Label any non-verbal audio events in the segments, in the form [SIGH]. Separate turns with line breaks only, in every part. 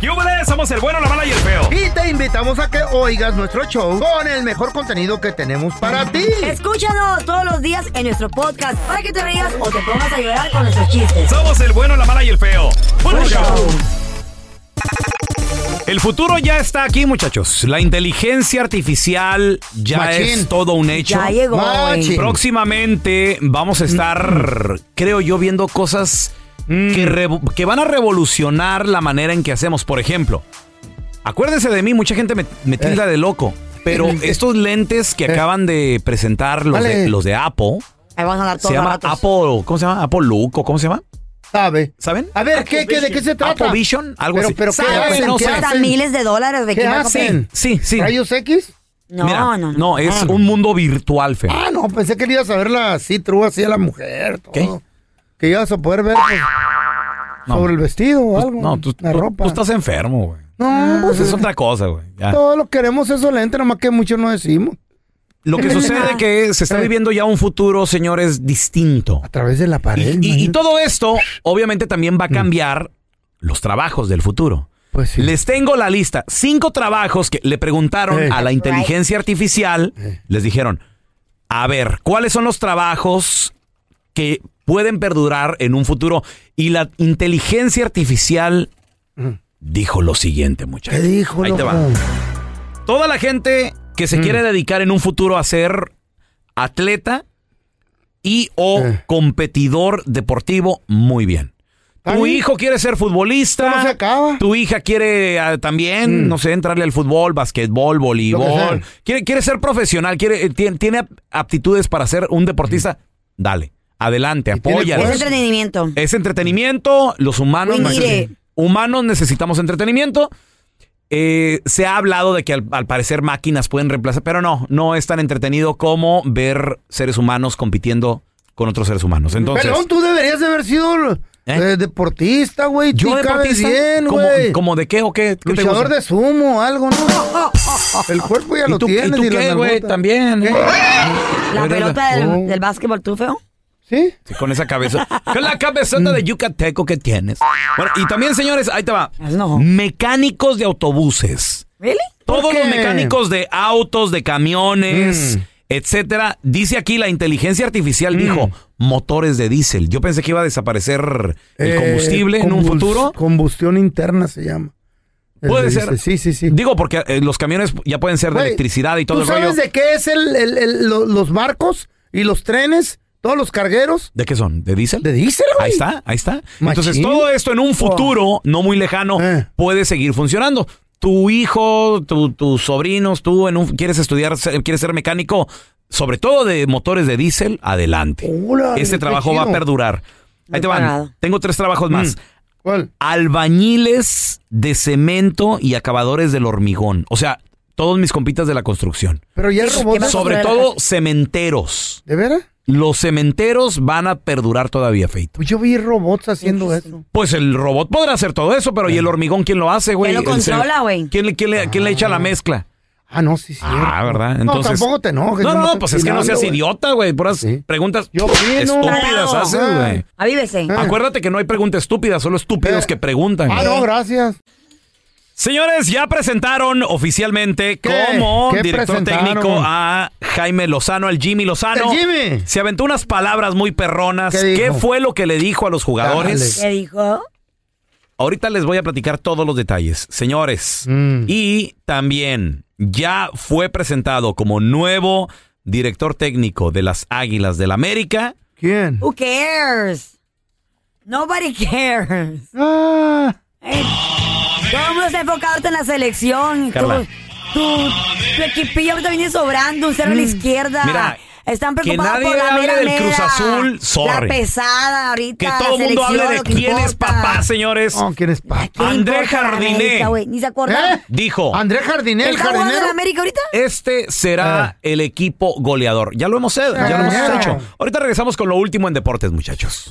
¡Yúbele! Somos el bueno, la mala y el feo.
Y te invitamos a que oigas nuestro show con el mejor contenido que tenemos para ti.
Escúchanos todos los días en nuestro podcast para que te rías o te pongas a llorar con nuestros chistes.
Somos el bueno, la mala y el feo. ¡Puro show! El futuro ya está aquí, muchachos. La inteligencia artificial ya
Machín.
es todo un hecho.
Ya llegó. güey.
Machín.
Próximamente
Mm.
vamos a estar, creo yo, viendo cosas
Mm.
que, revo- que van a revolucionar la manera en que hacemos. Por ejemplo, acuérdense de mí, mucha gente me,
Eh.
me tilda de loco,
[LAUGHS]
pero estos lentes que acaban de presentar los,
Vale.
de, los de Apple,
Ahí vamos a andar todos
se llama
ratos.
Apple, ¿cómo se llama? Apple Luco, ¿cómo se llama?
¿Sabe?
¿Saben?
A ver, ¿qué, qué, ¿de qué se trata?
Apple Vision, algo
Pero-
así.
pero ¿qué
Ah,
¿Saben?
hacen?
No
¿Qué
sé.
Cuesta pues, miles de dólares de
¿Qué
quién va a comprar.
hacen?
Sí, sí.
¿Rayos X?
No,
Mira,
no, no,
es
Ah.
un mundo virtual, Fer.
Ah, no, pensé que le ibas a verla así, true, así a la mujer. todo.
¿Qué?
Que ibas a poder ver pues,
No,
sobre el vestido o
tú-
algo.
no, tú,
la
tú-
ropa.
tú estás enfermo, güey.
Ah, No,
Pues es otra cosa, güey. Ya.
todos lo queremos eso lente, nomás que muchos no decimos.
Lo que sucede que se está viviendo ya un futuro, señores, distinto.
A través de la pared.
Y- Y, y
imagínate.
todo esto, obviamente, también va a cambiar los trabajos del futuro.
Pues sí.
Les tengo la lista. Cinco trabajos que le preguntaron
Eh.
a la inteligencia artificial. Les dijeron, a ver, ¿cuáles son los trabajos que pueden perdurar en un futuro? Y la inteligencia artificial dijo lo siguiente, muchachos.
Mm. ¿Qué dijo,
Ahí te va.
loco?
Toda la gente que
Mm.
se quiere dedicar en un futuro a ser atleta y o
Eh.
competidor deportivo, muy bien.
¿Está
Tu
bien?
hijo quiere ser futbolista.
¿Cómo se acaba?
Tu hija quiere ah, también, no sé, entrarle al fútbol, basquetbol, voleibol.
Mm. sea.
Quiere, quiere ser profesional, quiere, eh, tiene, tiene ap- aptitudes para ser un deportista. Dale, adelante,
Y tiene
apóyalo.
Es
fuerza.
entretenimiento.
Eh,
Es entretenimiento, los humanos,
Uy, mire.
neces- humanos necesitamos entretenimiento. Eh, se ha hablado de que al, al parecer máquinas pueden reemplazar, pero no, no es tan entretenido como ver seres humanos compitiendo con otros seres humanos. Entonces,
Pelón, tú deberías de haber sido
¿Eh?
eh, deportista, güey.
yo
Tú cabes
deportista,
bien,
¿Cómo-
güey.
¿cómo de qué o qué? ¿Qué te
Luchador
gusta?
de sumo, algo,
[LAUGHS]
¿no? El cuerpo ya
¿Y
lo
tú,
tienes.
¿y tú
las
qué, güey?
nalgotas.
También.
¿Qué?
La
Ahorita-
pelota del,
Oh.
del básquetbol, ¿tú feo?
¿Sí?
Sí, con esa
[LAUGHS]
cabeza. Con la cabezota de yucateco que tienes. Bueno, y también, señores, ahí te va.
Es no.
Mecánicos de autobuses.
¿Really?
¿Por
Todos los
qué?
mecánicos de autos, de camiones,
Mm.
etcétera. Dice aquí la inteligencia artificial dijo motores de diésel. Yo pensé que iba a desaparecer el
Eh,
combustible en un
combus-
futuro.
Combustión interna se llama. El
Puede
que
ser.
dice, Sí, sí, sí.
Digo, porque eh, los camiones ya pueden ser de
Güey,
electricidad y todo
¿Tú
el
sabes
rollo. De...
de qué es el, el- el- lo- los barcos y los trenes? Todos los cargueros
qué son? ¿De diésel?
de diésel, güey.
Ahí está, ahí está. Entonces,
Machín.
todo esto en un futuro no muy lejano
Eh.
puede seguir funcionando. Tu hijo, tu- tus sobrinos, tú en un, quieres estudiar, ser- quieres ser mecánico, sobre todo de motores de diésel, adelante.
Hola,
este
qué
trabajo va a
chido. Mm.
perdurar. Ahí
Muy
te van.
pagado.
Tengo tres trabajos más.
¿Cuál?
Albañiles de cemento y acabadores del hormigón. O sea, todos mis compitas de la construcción.
Pero ya el
¿Qué
robot.
más?
Sobre
construir la
todo cementeros.
¿De veras?
Los cementeros van a perdurar todavía, Feito.
Pues yo vi robots haciendo eso.
Pues el robot podrá hacer todo eso, pero ¿y el hormigón quién lo hace, güey?
¿Quién lo
El cem-
controla, güey?
¿Quién, le- quién le, quién le echa la mezcla?
Ah, no, sí, sí.
Ah, ¿verdad? Entonces-
No, tampoco te enojes.
No,
yo
no,
estoy
pues es que no seas
opinando,
idiota, güey. Puras
Sí.
preguntas
Yo opino.
estúpidas
Tarado.
haces, güey.
Avívese.
Ah.
Acuérdate que no hay pregunta estúpida, solo estúpidos
Eh.
que preguntan.
güey. Ah, no, gracias.
Señores, ya presentaron oficialmente
¿Qué?
como
¿Qué
director
presentaron?
técnico a Jaime Lozano, al Jimmy Lozano.
¡El Jimmy!
Se aventó unas palabras muy perronas.
¿Qué
¿Qué,
dijo?
fue lo que le dijo a los jugadores?
¿Qué dijo?
Ahorita les voy a platicar todos los detalles, señores.
Mm.
Y también ya fue presentado como nuevo director técnico de las Águilas del América. Uh.
¿Quién?
Who cares? Nobody cares.
Ah,
Eh, Todo el mundo está enfocado ahorita en la selección.
Carla.
Tu, tu, tu equipillo ahorita viene sobrando, un cero a la izquierda.
Mm. Mira,
Están
que
preocupados
nadie
por la
hable
mera,
del
mera,
Cruz Azul,
La
sorry.
pesada ahorita.
Que
la
todo el mundo
selección,
hable de
lo que
quién es
importa.
papá, señores.
no, ¿quién es papá?
¿Qué le
André
importa a la
Jardiné.
América, güey? Ni se acordaron.
¿Eh?
Dijo,
Andrés Jardiné, el
¿Está jugando en
jardinero.
la América ahorita?
este será el equipo goleador. Ya lo hemos, eh, ya lo hemos
Ah.
hecho. Ahorita regresamos con lo último en deportes, muchachos.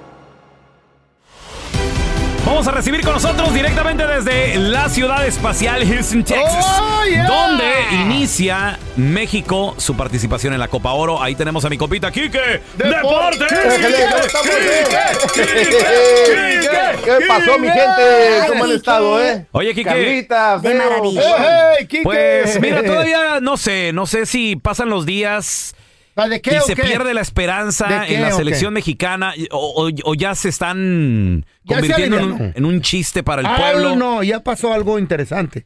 Vamos a recibir con nosotros directamente desde la ciudad espacial Houston, Texas,
¡Oh, yeah!
donde inicia México su participación en la Copa Oro. Ahí tenemos a mi copita Quique Deportes.
¿Qué pasó, mi gente? ¿Cómo han estado, eh?
Oye, Quique.
Carlitas,
De
Vero,
maravilla.
Juan.
¡Ey, Eh, Quique!
Pues mira, todavía no sé, no sé si pasan los días
[LAUGHS] ¿La ¿De qué
y
o
se
qué?
pierde la esperanza
¿De qué
en la
o qué?
selección mexicana y- o, o- o ya se están
Ya se
convirtiendo en, un,
alivianó.
en un chiste para el
Ay,
pueblo.
Ah, no, ya pasó algo interesante.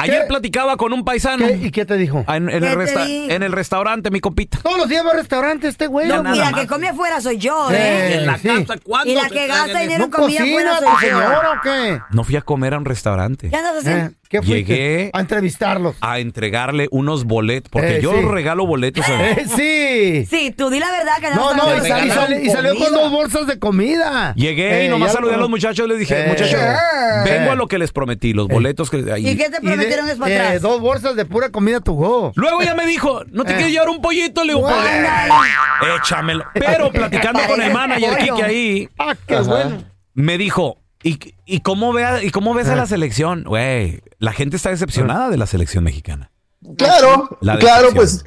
Ayer
¿Qué?
platicaba con un paisano
¿Qué? ¿Y qué te dijo?
en, en
¿Qué
el
te
resta-
digo?
en el restaurante, mi copita.
Todos los días va al restaurante este güey.
No,
hombre.
nada
Y la
más.
que come afuera soy yo,
Eh,
¿eh?
En la
sí.
casa, ¿cuándo
Y la
se
que
tragan
gasta
eso?
dinero
¿No
en comida
cocina
afuera
tu
soy yo.
señor o qué?
No fui a comer a un restaurante.
¿Qué andas
Eh,
haciendo?
¿Qué fuiste?
Llegué. [LAUGHS]
A entrevistarlos.
A entregarle unos boletos, porque
Eh,
yo
sí.
regalo boletos. a-
Eh, sí.
Sí, tú di la verdad que
No, no,
andas
y,
hablando
sal-
de
y
regalaron
sal- y salió con
comida.
dos bolsas de comida.
Llegué
Eh,
y nomás
ya
saludé a
lo-
los muchachos. Les dije,
Eh,
muchachos,
eh,
vengo a
eh.
lo que les prometí, los boletos que. ahí".
¿Y qué te
Y de-
prometieron es para
eh,
atrás?
Dos bolsas de pura comida to go.
Luego ya me dijo, ¿no te
Eh.
quieres llevar un pollito? Le digo,
Guau.
"Pues, échamelo. Pero platicando con el manager, Kike, ahí,
Ah, qué bueno.
me dijo, ¿y, y cómo, vea, ¿y cómo ves a la selección? Güey, la gente está decepcionada de la selección mexicana.
Claro,
La decepción.
claro, pues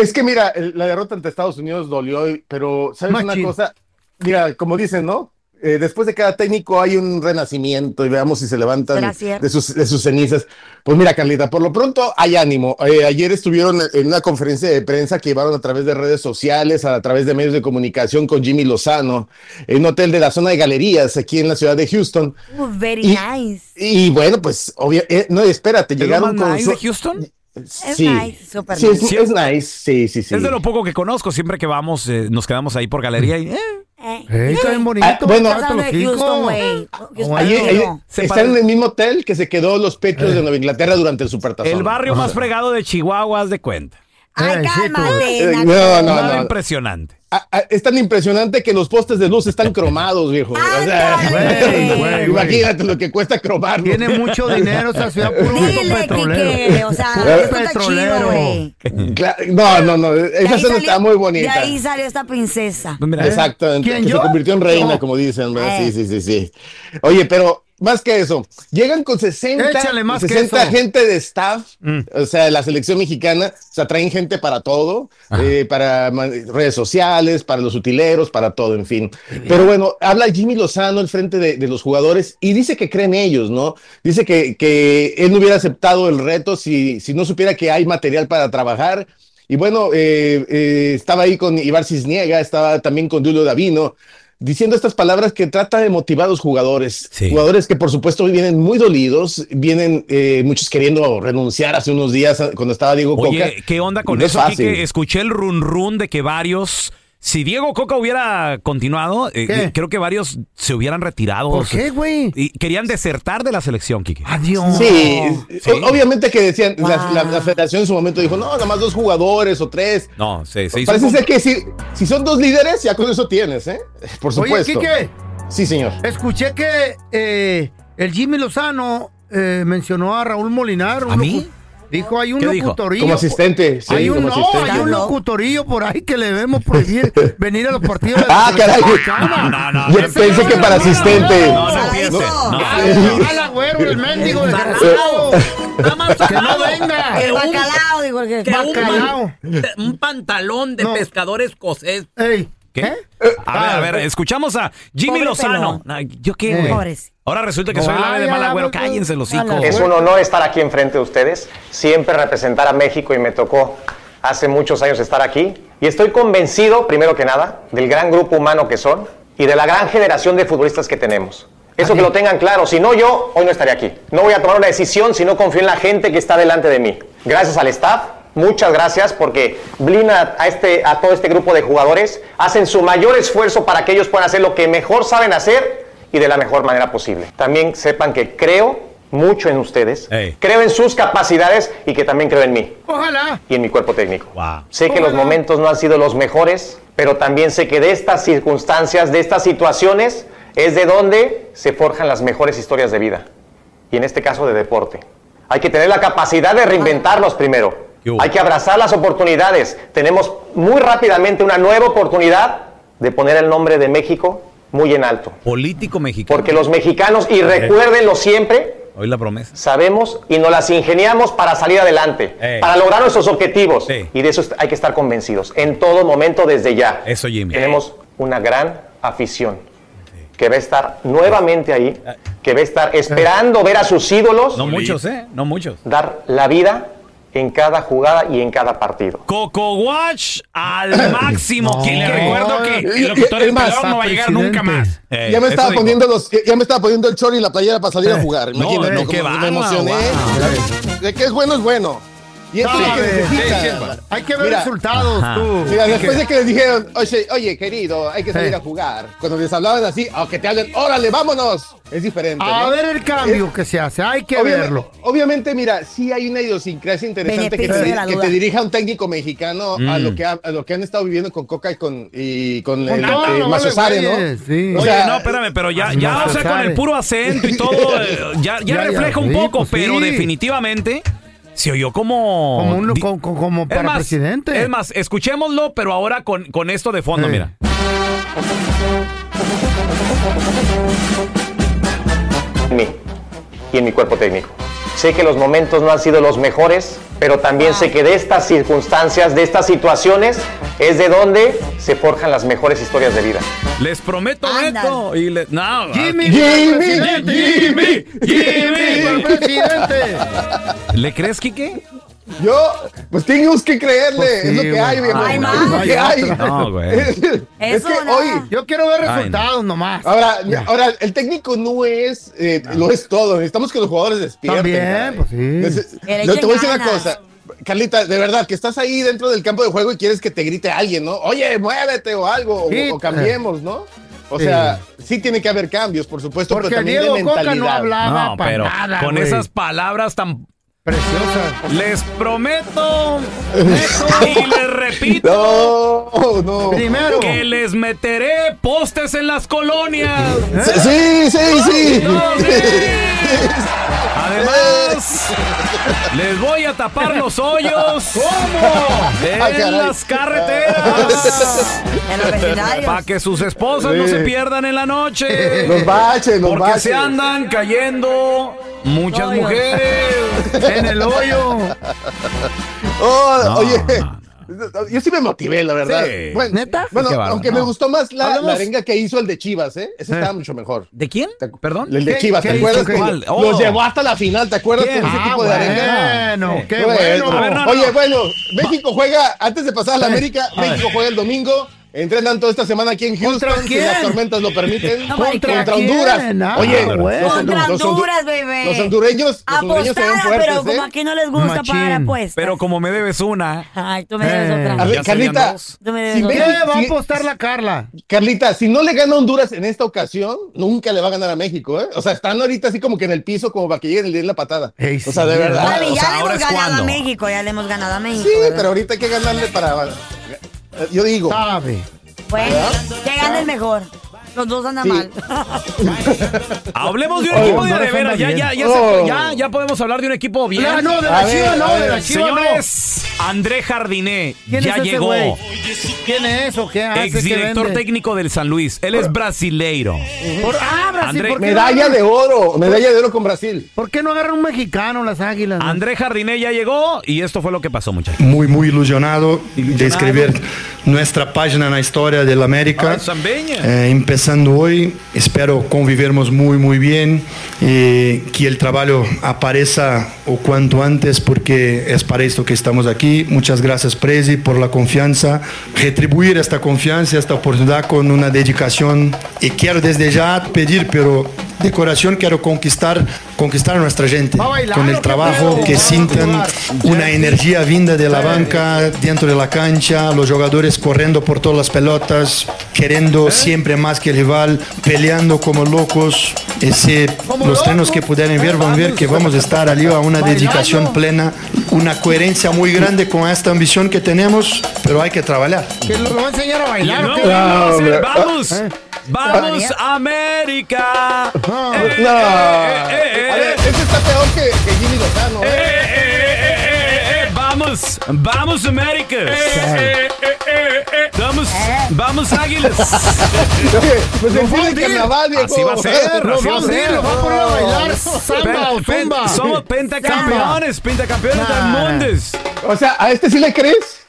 es que mira, el- la derrota ante Estados Unidos dolió, y- pero ¿sabes una
Machín.
cosa? Mira, como dicen, ¿no? Eh, después de cada técnico hay un renacimiento y veamos si se
¿Será
levantan
cierto?
de sus, de sus cenizas. Pues mira, Carlita, por lo pronto hay ánimo. Eh, ayer estuvieron en una conferencia de prensa que llevaron a través de redes sociales, a través de medios de comunicación con Jimmy Lozano, en un hotel de la zona de galerías aquí en la ciudad de Houston.
Uh, very
Y-
nice.
Y bueno, pues, obvio, eh, no, espérate,
¿Es lo
llegaron
más
con...
nice
su-
de Houston?
Es
Sí.
nice, super
Sí,
nice.
es, es nice, sí, sí, sí.
Es de lo poco que conozco. Siempre que vamos, eh, nos quedamos ahí por galería y eh,
Eh.
Eh, está bien bonito.
Ah, bueno.
Estás hablando de Houston, güey. Houston,
Ahí-
no.
ahí-
Se
están en
parece-
el mismo hotel que se quedó los Patriots de Nueva Inglaterra durante el Supertazón.
el barrio más fregado de Chihuahua, haz de cuenta.
Ay,
Eh, sí, tú.
cálmate.
Eh,
Naco.
no, no,
Nada
no.
impresionante.
Ah, ah, es tan impresionante que los postes de luz están cromados, viejo. O sea,
Ándale.
Güey, güey,
imagínate lo que cuesta cromarlo.
Tiene mucho dinero esa ciudad, puro gusto
Dile,
petrolero.
Quique. O sea,
Puro
esto está chido, güey.
Cla- No, no, no.
De
Esa
ahí
zona
salió-
está muy
De
bonita.
ahí salió esta princesa.
Pues mira,
Exactamente.
¿Quién,
que
yo?
se convirtió en reina,
No.
como dicen. ¿verdad?
Eh.
Sí, sí, sí, sí. Oye, pero más que eso, llegan con 60,
Échale más que
60
eso.
gente de staff, o sea, la selección mexicana, o sea, traen gente para todo, eh, para ma- redes sociales, para los utileros, para todo, en fin. Pero bueno, habla Jimmy Lozano al frente de, de los jugadores y dice que creen ellos, ¿no? Dice que, que él no hubiera aceptado el reto si, si no supiera que hay material para trabajar. Y bueno, eh, eh, estaba ahí con Ibar Cisniega, estaba también con Julio Davino, diciendo estas palabras que trata de motivar a los jugadores.
Sí.
Jugadores que por supuesto vienen muy dolidos, vienen eh, muchos queriendo renunciar hace unos días a- cuando estaba Diego Coca.
Oye, ¿qué onda con
No es
eso,
fácil.
Quique? Escuché el run run de que varios, si Diego Coca hubiera continuado, eh,
¿Qué?
creo que varios se hubieran retirado.
¿Por qué, güey? Ah,
Y querían desertar de la selección, Quique.
Adiós.
Sí,
Sí.
o- obviamente que decían, la,
Wow.
la- la federación en su momento dijo, no, nada más dos jugadores o tres.
No, se, se hizo
Parece
un-
ser que si, si son dos líderes, ya con eso tienes, ¿eh? Por
Oye,
supuesto.
Quique,
Sí, señor.
escuché que eh, el Jimmy Lozano eh, mencionó a Raúl Molinar. un
¿A mí?
locu- Dijo, hay un
¿Qué dijo?
locutorillo.
Como asistente. Sí,
hay un,
como
no,
asistente.
hay un locutorillo por ahí que le debemos
[LAUGHS]
prohibir venir a los partidos. de la
Ah, caray.
No, no, no.
Yo
no,
pensé
no,
que
no,
para
no,
asistente.
No, no,
No,
empiece.
no.
No,
Ah,
no, no.
ala, güero, el mendigo
Embarrado.
desgraciado.
Nada más
Que no venga.
El bacalao, digo. el que-
Que un,
Bacalao.
pan- un pantalón de
No.
pescador escocés.
Ey,
¿Qué?
¿eh?
A ver, a ver, escuchamos a Jimmy
Pobre
Lozano.
pelón.
eh, Ay, ¿Yo qué,
Eh.
güey?
Pobres.
Ahora resulta que
No,
soy el ave de
ay,
mal
ay,
agüero.
ay, ay.
Cállense, los hocico.
Ala.
Es un honor estar aquí enfrente de ustedes, siempre representar a México y me tocó hace muchos años estar aquí. Y estoy convencido, primero que nada, del gran grupo humano que son y de la gran generación de futbolistas que tenemos. Eso que lo tengan claro, si no yo, hoy no estaré aquí. No voy a tomar una decisión si no confío en la gente que está delante de mí. Gracias al staff, muchas gracias porque Blina a, este, a todo este grupo de jugadores hacen su mayor esfuerzo para que ellos puedan hacer lo que mejor saben hacer y de la mejor manera posible. También sepan que creo mucho en ustedes,
Ey.
creo en sus capacidades y que también creo en mí
Ojalá.
y en mi cuerpo técnico.
Wow.
Sé que los momentos no han sido los mejores, pero también sé que de estas circunstancias, de estas situaciones, es de donde se forjan las mejores historias de vida. Y en este caso de deporte. Hay que tener la capacidad de reinventarnos primero.
¿Qué hubo?
Hay que abrazar las oportunidades. Tenemos muy rápidamente una nueva oportunidad de poner el nombre de México muy en alto.
Político mexicano.
Porque los mexicanos, y recuérdenlo siempre,
Hoy la promesa.
sabemos y nos las ingeniamos para salir adelante,
Ey.
para lograr nuestros objetivos.
Sí.
Y de eso est- hay que estar convencidos, en todo momento, desde ya.
Eso, Jimmy.
Tenemos una gran afición que va a estar nuevamente ahí, que va a estar esperando ver a sus ídolos
Ah. No muchos, ¿eh? No muchos.
dar la vida en cada jugada y en cada partido.
Coco Watch
[CLEARS THROAT]
al máximo.
No.
Que le
Eh,
recuerdo
no,
que
eh,
el locutor
es
del
más,
pelón no va a llegar nunca
presidente.
más. Eh,
ya me
eso
estaba
dijo.
poniendo los, ya- ya me estaba poniendo el short y la playera para salir a jugar.
No,
Imagínate,
eh,
no,
qué
cómo me
bárbaro,
emocioné. De que es bueno, es bueno. Y eso es lo que
Sí,
necesita.
sí, sí. Hay que ver
Mira,
resultados,
Ajá.
tú.
Mira, después de que les dijeron, oye, oye, querido, hay que salir
Eh.
a jugar. Cuando les hablaban así, aunque te hablen, órale, vámonos. Es diferente.
A
¿no?
ver el cambio que se hace, hay que
Obviamente-
verlo.
Obviamente, mira, sí hay una idiosincrasia interesante que
Beneficio de la
te, que
duda.
te dirija un técnico mexicano a,
Mm.
lo que ha- a lo que han estado viviendo con Coca y con, y con,
Con
el,
todo,
eh,
no
Massosare,
vale,
¿no?
güey, sí.
O
Oye,
sea,
no, espérame, pero ya,
no
ya, o
se
sea, con
sabe.
el puro acento y
[LAUGHS]
todo, eh, ya, ya
Ya, ya,
refleja un
sí,
poco,
pues,
pero
sí.
definitivamente se oyó como.
Como, un,
di-
co- co- como
es
para
más,
presidente.
Es más, escuchémoslo, pero ahora con, con esto de fondo,
Sí.
mira.
en mí y en mi cuerpo técnico. Sé que los momentos no han sido los mejores, pero también sé que de estas circunstancias, de estas situaciones, es de donde se forjan las mejores historias de vida.
Les prometo
Anda.
esto. Y le- no,
Jimmy,
Jimmy,
presidente,
Jimmy, Jimmy.
Jimmy, presidente.
¿Le crees, Quique?
yo, pues tenemos que creerle,
Pues sí,
es lo que
güey.
hay, viejo.
Ay,
es
no.
lo que hay. [LAUGHS]
No, güey.
Es, es
Eso
que
nada.
hoy,
Yo quiero ver
Ay, no.
resultados nomás.
ahora,
Ya.
ahora, el técnico no es, eh, lo es todo. Necesitamos que los jugadores despierten.
También, pues sí.
Entonces,
Que le
no, te
echen
voy a decir una
ganas.
cosa. Carlita, de verdad, que estás ahí dentro del campo de juego y quieres que te grite alguien, ¿no? Oye, muévete o algo, o-
Sí.
o, cambiemos, ¿no? O
Sí.
sea, sí tiene que haber cambios, por supuesto,
Porque
pero también
Diego
de
Coca
mentalidad.
no hablaba
No,
para
pero
nada,
con
güey.
esas palabras tan.
preciosas.
Les
[LAUGHS]
prometo esto y les repito.
No, no.
Primero,
Que les meteré postes en las
[LAUGHS]
colonias.
Sí, sí,
¿eh?
sí.
No, sí. Además, les voy a tapar los hoyos.
Ah,
En
caray.
las carreteras.
En los vecindarios.
Para que sus esposas no
Sí.
se pierdan en la
[LAUGHS]
noche. [LAUGHS]
Los baches, los
Porque
baches.
se andan cayendo muchas
Hoyos.
mujeres.
en el hoyo.
Oh,
No,
oye.
no,
Yo sí me motivé, la verdad.
Sí.
Bueno,
¿Neta?
Bueno,
Qué bárbaro,
aunque me
no.
gustó más la,
Hablemos-
la arenga que hizo el de Chivas, ¿eh? Ese estaba mucho mejor.
¿De quién?
¿Te-
Perdón.
El de
¿Qué-
Chivas,
qué
¿te
hizo?
acuerdas?
¿Qué?
que
¿Cuál? Oh.
Los llevó hasta la final, ¿te acuerdas
¿Quién?
con ese
Ah,
tipo de arenga?
bueno,
Sí.
qué
Bueno.
bueno.
A ver, no,
Oye,
no.
bueno, México juega, antes de pasar a la América, México juega el domingo. Entrenan toda esta semana aquí en Houston,
¿Contra
si
quién?
las tormentas lo permiten.
No, marica.
Contra
¿Quién?
Honduras.
Ah,
Oye,
bueno.
los Eh, hondu-
Contra
los hondu-
Honduras, bebé.
Los hondureños, los hondureños se ven
Apostada, pero
fuertes,
como
¿eh?
aquí no les gusta
Machín.
pagar apuestas.
Pero como me debes una.
Ay, tú me debes
Eh.
A
otra.
ver,
Ya serían
Carlita,
dos.
Tú me debes
si
¿Qué
otra.
México-
va a
Sí.
apostar la Carla?
Carlita, si no le gana Honduras en esta ocasión, nunca le va a ganar a México, ¿eh? O sea, están ahorita así como que en el piso, como para que lleguen y le den la patada.
Ey,
o sea, de
sí,
verdad.
Vale,
o
ya
sea,
le
ahora
hemos
es
ganado
cuando.
a México, ya le hemos ganado a México.
Sí,
¿verdad?
pero ahorita hay que ganarle para. eh, Yo digo.
Sabe.
Bueno, que gane el mejor. Los dos andan
Sí.
mal.
Hablemos de un
Oye,
equipo de
Honduras
de veras. Ya,
anda
ya, ya,
bien. Oh.
se- ya, ya podemos hablar de un equipo bien.
Ya, Ah, no, de
A
la
ver,
chiva no,
a
de la
ver.
chiva no.
Señores, André Jardiné
¿Quién
ya
es ese
llegó.
güey? ¿Quién es o qué hace?
Exdirector
¿Qué vende?
técnico del San Luis. Él es brasileiro.
Por, ah, Brasil,
André-
¿por qué
Medalla
no-
de oro, medalla de oro con Brasil.
¿Por qué no agarran un mexicano las águilas? no?
André Jardiné ya llegó y esto fue lo que pasó, muchachos.
muy, muy ilusionado, de escribir nuestra página en la historia del América.
Ah, Zambeña.
Eh, empezando hoy, espero convivirmos muy, muy bien y que el trabajo aparezca o cuanto antes porque es para esto que estamos aquí. Muchas gracias, Prezi, por la confianza. Retribuir esta confianza, esta oportunidad con una dedicación y quiero desde ya pedir, pero de corazón quiero conquistar, conquistar a nuestra gente
Va a bailar,
con el
¿o qué
trabajo
pedo?
que
Va a
sientan
bailar.
una energía vinda de la banca, dentro de la cancha, los jugadores corriendo por todas las pelotas, queriendo siempre más que el rival, peleando como locos. Y si
Como
los trenos que
locos.
pueden ver van a ver que vamos a estar allí a una dedicación plena, una coherencia muy grande con esta ambición que tenemos, pero hay que trabajar.
Que lo, lo va a enseñar a
Y
bailar.
el
¿o qué?
nuevo ganador
hombre. Ah,
es el ¡Vamos!
¿Eh?
¡Vamos, América!
No.
Eh, eh,
No.
eh, eh,
A ver,
eh,
este está peor que, que Jimmy Lozano.
eh,
¿eh?
eh, eh, eh, eh, ¡Vamos! ¡Vamos, América! Eh, eh, eh, eh, eh, ¡Vamos! Vamos, Águilas.
Oye, me
va a
sentí en el
hundir.
pues, carnaval, viejo.
Así va a ser,
Nos
así
va
va
a
a
hundir,
ser.
nos va a poner a bailar
Pen-
samba o
pen-
zumba.
somos pentacampeones, pentacampeones del
Nah.
mundes.
O sea, ¿a este sí le crees?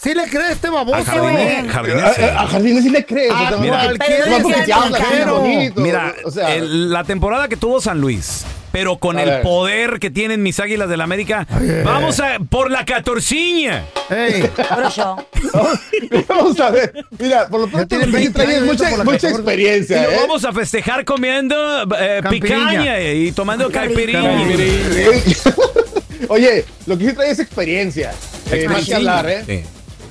¿Sí le crees este
A
baboso,
Jardine,
eh.
güey?
Jardine
A,
sí.
a- a Jardines sí le crees.
A
o sea,
mira,
cualquier
nomás porque te habla,
extranjero.
habla bonito,
Mira,
eh, o sea,
el- la temporada que tuvo San Luis, pero con
A
el
ver. eh,
poder que tienen mis águilas del América, vamos a por la catorciña.
Ey,
Puro
[LAUGHS]
show.
vamos a ver. Mira, por lo pronto,
tienen
Luis
20
traes
años,
mucha,
por la
mucha
mejor.
Y
experiencia,
lo
¿eh?
vamos a festejar comiendo eh,
Campiriña.
picaña eh, y tomando caipirinha.
Campiriña.
[LAUGHS] Oye, lo que sí trae es experiencia. Eh, más que
Experiencia.
hablar, ¿eh?
Sí.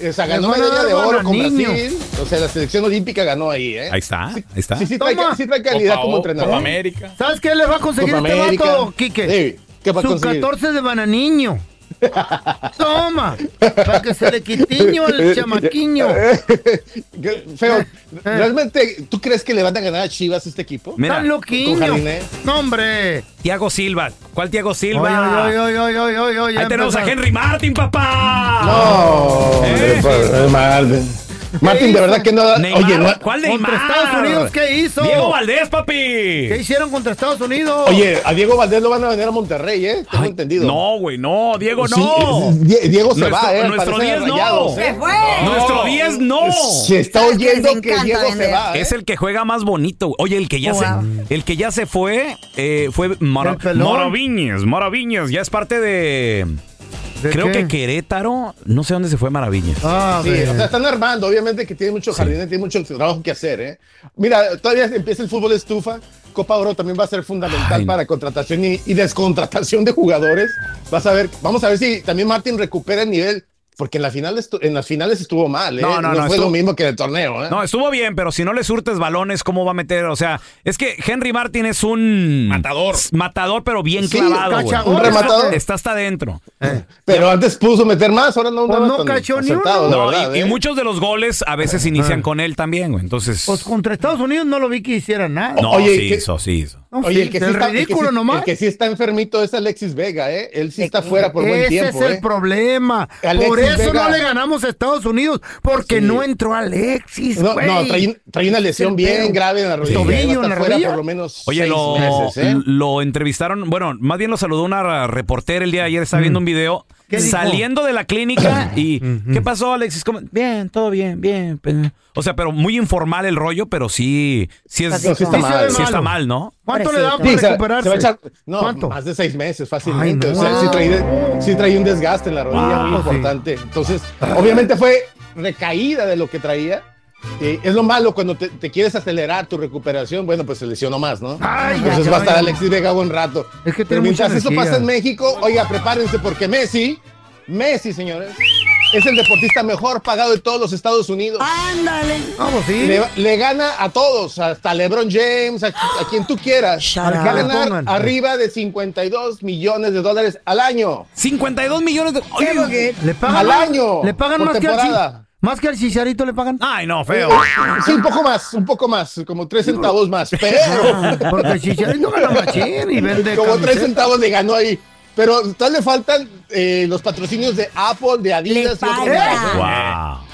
O sea, ganó
Les van a
medalla
dar
de oro con
bananiño.
Brasil. O sea, la selección olímpica ganó ahí, ¿eh?
Ahí está, ahí está.
Sí, sí trae,
Toma.
sí trae calidad como entrenador.
América.
¿Sabes qué le va a conseguir
Copa
este
América.
vato, Quique?
Sí, ¿qué va a
Su
conseguir?
14 de bananiño. Toma, para que se le quitiño
[LAUGHS]
al chamaquiño. Eh,
Qué Feo, ¿realmente tú crees que le van a ganar a Chivas este equipo?
Mira,
Tan
con ¿eh?
loquiño.
Jardine.
No, hombre.
Tiago Silva. ¿Cuál Tiago Silva?
Oye, oye, oye, oye, oye, oye, oye,
Ahí
ya
tenemos a
empezó.
Henry Martin, papá.
No,
¿Eh?
hombre, pues, mal. Martín, de verdad que no.
Neymar,
Oye, no-
¿cuál
Contra
Neymar?
Estados Unidos, ¿qué hizo?
Diego Valdés, papi.
¿Qué hicieron contra Estados Unidos?
Oye, a Diego Valdés lo van a venir a Monterrey, ¿eh? Tengo
Ay,
entendido.
No, güey, no, Diego,
Sí, [LAUGHS]
no.
es- Die- Diego se
Nuestro-
va, ¿eh?
nuestro
Parece
10 no.
Rayados, ¿eh?
¡Se fue!
Nuestro 10 no.
Se está
Sabes que les
oyendo que
encanta
Diego se
vender.
va. ¿eh?
Es el que juega más bonito. güey. Oye, el que ya
Oh,
se
wow.
el que ya se fue eh, fue
El pelón.
Maraviñas, Maraviñas, ya es parte de
¿De
creo
qué?
que Querétaro, no sé dónde se fue Maraviñas.
Ah,
Sí,
güey.
o sea, están armando, obviamente que tiene muchos jardines, tiene mucho trabajo que hacer, ¿eh? Mira, todavía empieza el fútbol estufa, Copa Oro también va a ser fundamental
Ay.
para contratación y, y descontratación de jugadores. Vas a ver, vamos a ver si también Martín recupera el nivel, porque en, la final estu- en las finales estuvo mal, ¿eh?
No, no, no,
fue
estuvo-
lo mismo que en el torneo, ¿eh?
No, estuvo bien, pero si no le surtes balones, ¿cómo va a meter? O sea, es que Henry Martin es un
Matador.
S- matador, pero bien
Sí,
clavado. güey.
cachagol.
Un rematador.
Está hasta adentro.
eh.
Pero antes puso meter más, ahora no
Pues
andaba
no
tan
cachó ni
acertado,
uno.
la
No, y-
verdad,
y,
¿eh?
muchos de los goles a veces inician con él también, güey. Entonces.
Pues contra Estados Unidos no lo vi que hicieran nada.
No,
Oye,
sí
¿qué-
hizo, sí hizo.
No,
Oye,
sí,
el que, sí
el
está, el que
ridículo
sí-
nomás.
el que sí está enfermito es Alexis Vega, ¿eh? Él sí está fuera por buen
Ese
tiempo.
es el
¿eh?
problema.
Alexis
Por eso
Vega.
no le ganamos a Estados Unidos, porque
Sí.
no entró Alexis.
No,
güey.
no trae, trae una lesión
el
bien
pedo.
grave en la rodilla.
Tobillo
y va a estar
en la
fuera
rodilla.
por lo menos
Oye,
seis
lo,
meses, ¿eh?
lo entrevistaron, bueno, más bien lo saludó una reportera el día de ayer, estaba viendo un video
¿Qué dijo?
saliendo de la clínica y ¿qué pasó, Alexis? ¿Cómo? Bien, todo bien, bien. pe- O sea, pero muy informal el rollo, pero sí, sí, es,
Pero sí
está
sí
mal.
sí está mal, ¿no?
¿Cuánto le da
Pobrecito.
para
Sí, se-
recuperarse?
se va a echar- no,
¿Cuánto?
más de seis meses fácilmente.
Ay,
O sea,
no.
sí trae, sí trae un desgaste en la rodilla
Wow,
muy
sí.
importante. Entonces, obviamente fue recaída de lo que traía. Eh, es lo malo cuando te, te quieres acelerar tu recuperación, bueno, pues se lesionó más, ¿no?
Ay, ya,
Entonces
ya,
va a estar
ya.
Alexis Vega buen rato.
Es que tiene
Pero mientras
mucha
eso
energía.
pasa en México, oiga, prepárense porque Messi, Messi, señores, es el deportista mejor pagado de todos los Estados Unidos.
¡Ándale!
No, pues sí.
Le, le gana a todos, hasta LeBron James, a, a quien tú quieras.
Shut
Va a
up.
ganar
Pongan. pues.
arriba de 52 millones de dólares al año.
52 millones de... Oye,
Le pagan
al
más-
año,
Le pagan
por
más que al
temporada.
Chi- más que al Chicharito le pagan.
Ay, no, feo.
Sí, un poco más, un poco más, como tres centavos
[LAUGHS]
más, pero
Porque el Chicharito gana machín
[LAUGHS]
y vende
como tres
camisetas.
centavos le ganó ahí. Pero tal le faltan eh, los patrocinios de Apple, de Adidas. y otros
pagan.
más, ¿eh?
Wow.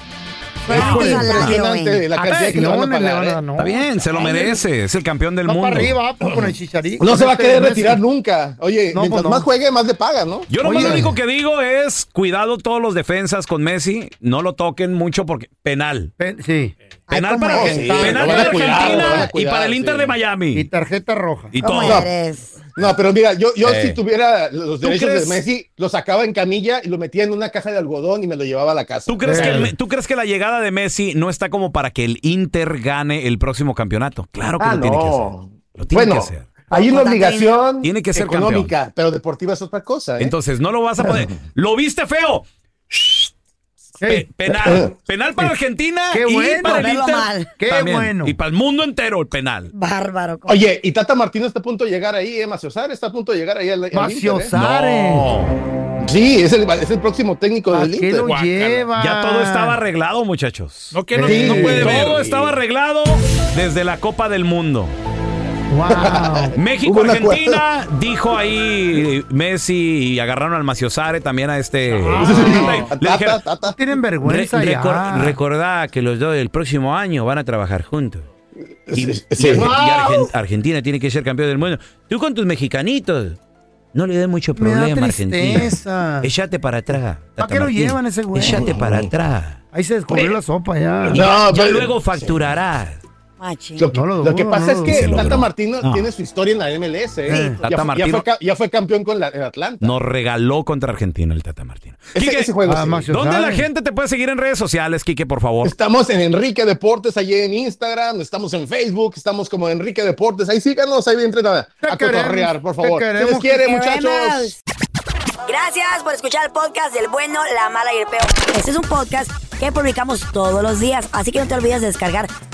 Fuera
Es
de salario, güey.
impresionante la cantidad que le van a
Acciones Ah, le
pagar,
van a
¿eh?
dar, no.
Está bien, se lo merece, es el campeón del
Va
mundo.
para arriba pues, con el Chicharito.
No
con
se va a
este
querer
Messi.
retirar nunca. Oye,
No,
mientras
pues no.
más juegue, más le pagan, ¿no?
Yo nomás
Oye.
lo único que digo es cuidado todos los defensas con Messi, no lo toquen mucho porque penal.
Pen- Sí.
Penal
cómo
para,
es.
Argen-
Sí,
penal
lo van a
para Argentina
cuidar, lo van a cuidar,
y para el Inter
sí.
de
Y
Miami.
tarjeta roja.
Y
¿Cómo
todo.
eres?
No, pero mira, yo, yo
Eh.
si tuviera los
¿Tú
derechos
crees?
de Messi, lo sacaba en camilla y lo metía en una caja de algodón y me lo llevaba a la casa.
¿Tú crees, que el
Eh.
Me- ¿Tú crees que la llegada de Messi no está como para que el Inter gane el próximo campeonato? Claro que
Ah,
lo tiene que hacer.
no.
Lo tiene
bueno,
que hacer.
hay una
Contratación.
obligación
Tiene que ser
económica, pero deportiva es otra cosa. ¿eh?
Entonces, no lo vas a poder.
[LAUGHS]
¡Lo viste feo! Pe-
Ey,
[LAUGHS]
penal. Penal para Argentina
Qué
y
bueno.
para el
Verlo
Inter.
mal.
Qué
también.
bueno.
Y para el mundo entero el penal.
Bárbaro. ¿cómo?
Oye, y Tata Martino está a punto de llegar ahí, ¿eh? Maciosar está a punto de llegar ahí al, al Inter, ¿eh?
Maciosare.
Sí, es el, es el próximo técnico
¿A
del
qué
Inter.
lo lleva?
Ya todo estaba arreglado, muchachos.
No, que no,
Ah. Sí.
no puede
Todo
ver.
estaba arreglado desde la Copa del Mundo.
Wow.
[LAUGHS] México,
Hubo un
Argentina, dijo ahí Messi y agarraron al Maciosare también a este. Le dijeron,
Tata, tata.
Tienen
"Re-
vergüenza ya.
recor- recordá que los dos del próximo año van a trabajar juntos. Y,
Sí,
y
sí.
Arge- y Argen- Argentina tiene que ser campeón del mundo. Tú con tus mexicanitos. No le des mucho
Me da
problema a Argentina.
tristeza.
Échate para atrás.
¿Para qué lo llevan ese güey?
Échate para atrás.
Ahí se descubrió la sopa ya.
No,
Ya
pero-
luego facturarás.
Machín.
Lo,
No lo
lo
dudo,
que
no
pasa
lo
es que
dudo.
Tata Martino
No.
tiene su historia en la MLS. ¿eh?
Sí,
ya,
Tata
fu- ya
Martino.
fue, ca- ya fue campeón con la, en Atlanta.
Nos regaló contra Argentina el Tata Martino.
Ese,
Quique,
ese juego
Ah,
sí.
Max,
¿dónde la
sabe.
gente te puede seguir en redes sociales, Quique, por favor?
Estamos en Enrique Deportes, allí en Instagram, estamos en Facebook, estamos como Enrique Deportes. Ahí síganos, ahí entren a,
Te
a
queremos,
cotorrear, por
te
favor. Se les
queremos,
quiere,
Te
muchachos.
vemos. Gracias por escuchar el podcast del bueno, la mala y el peor. Este es un podcast que publicamos todos los días, así que no te olvides de descargar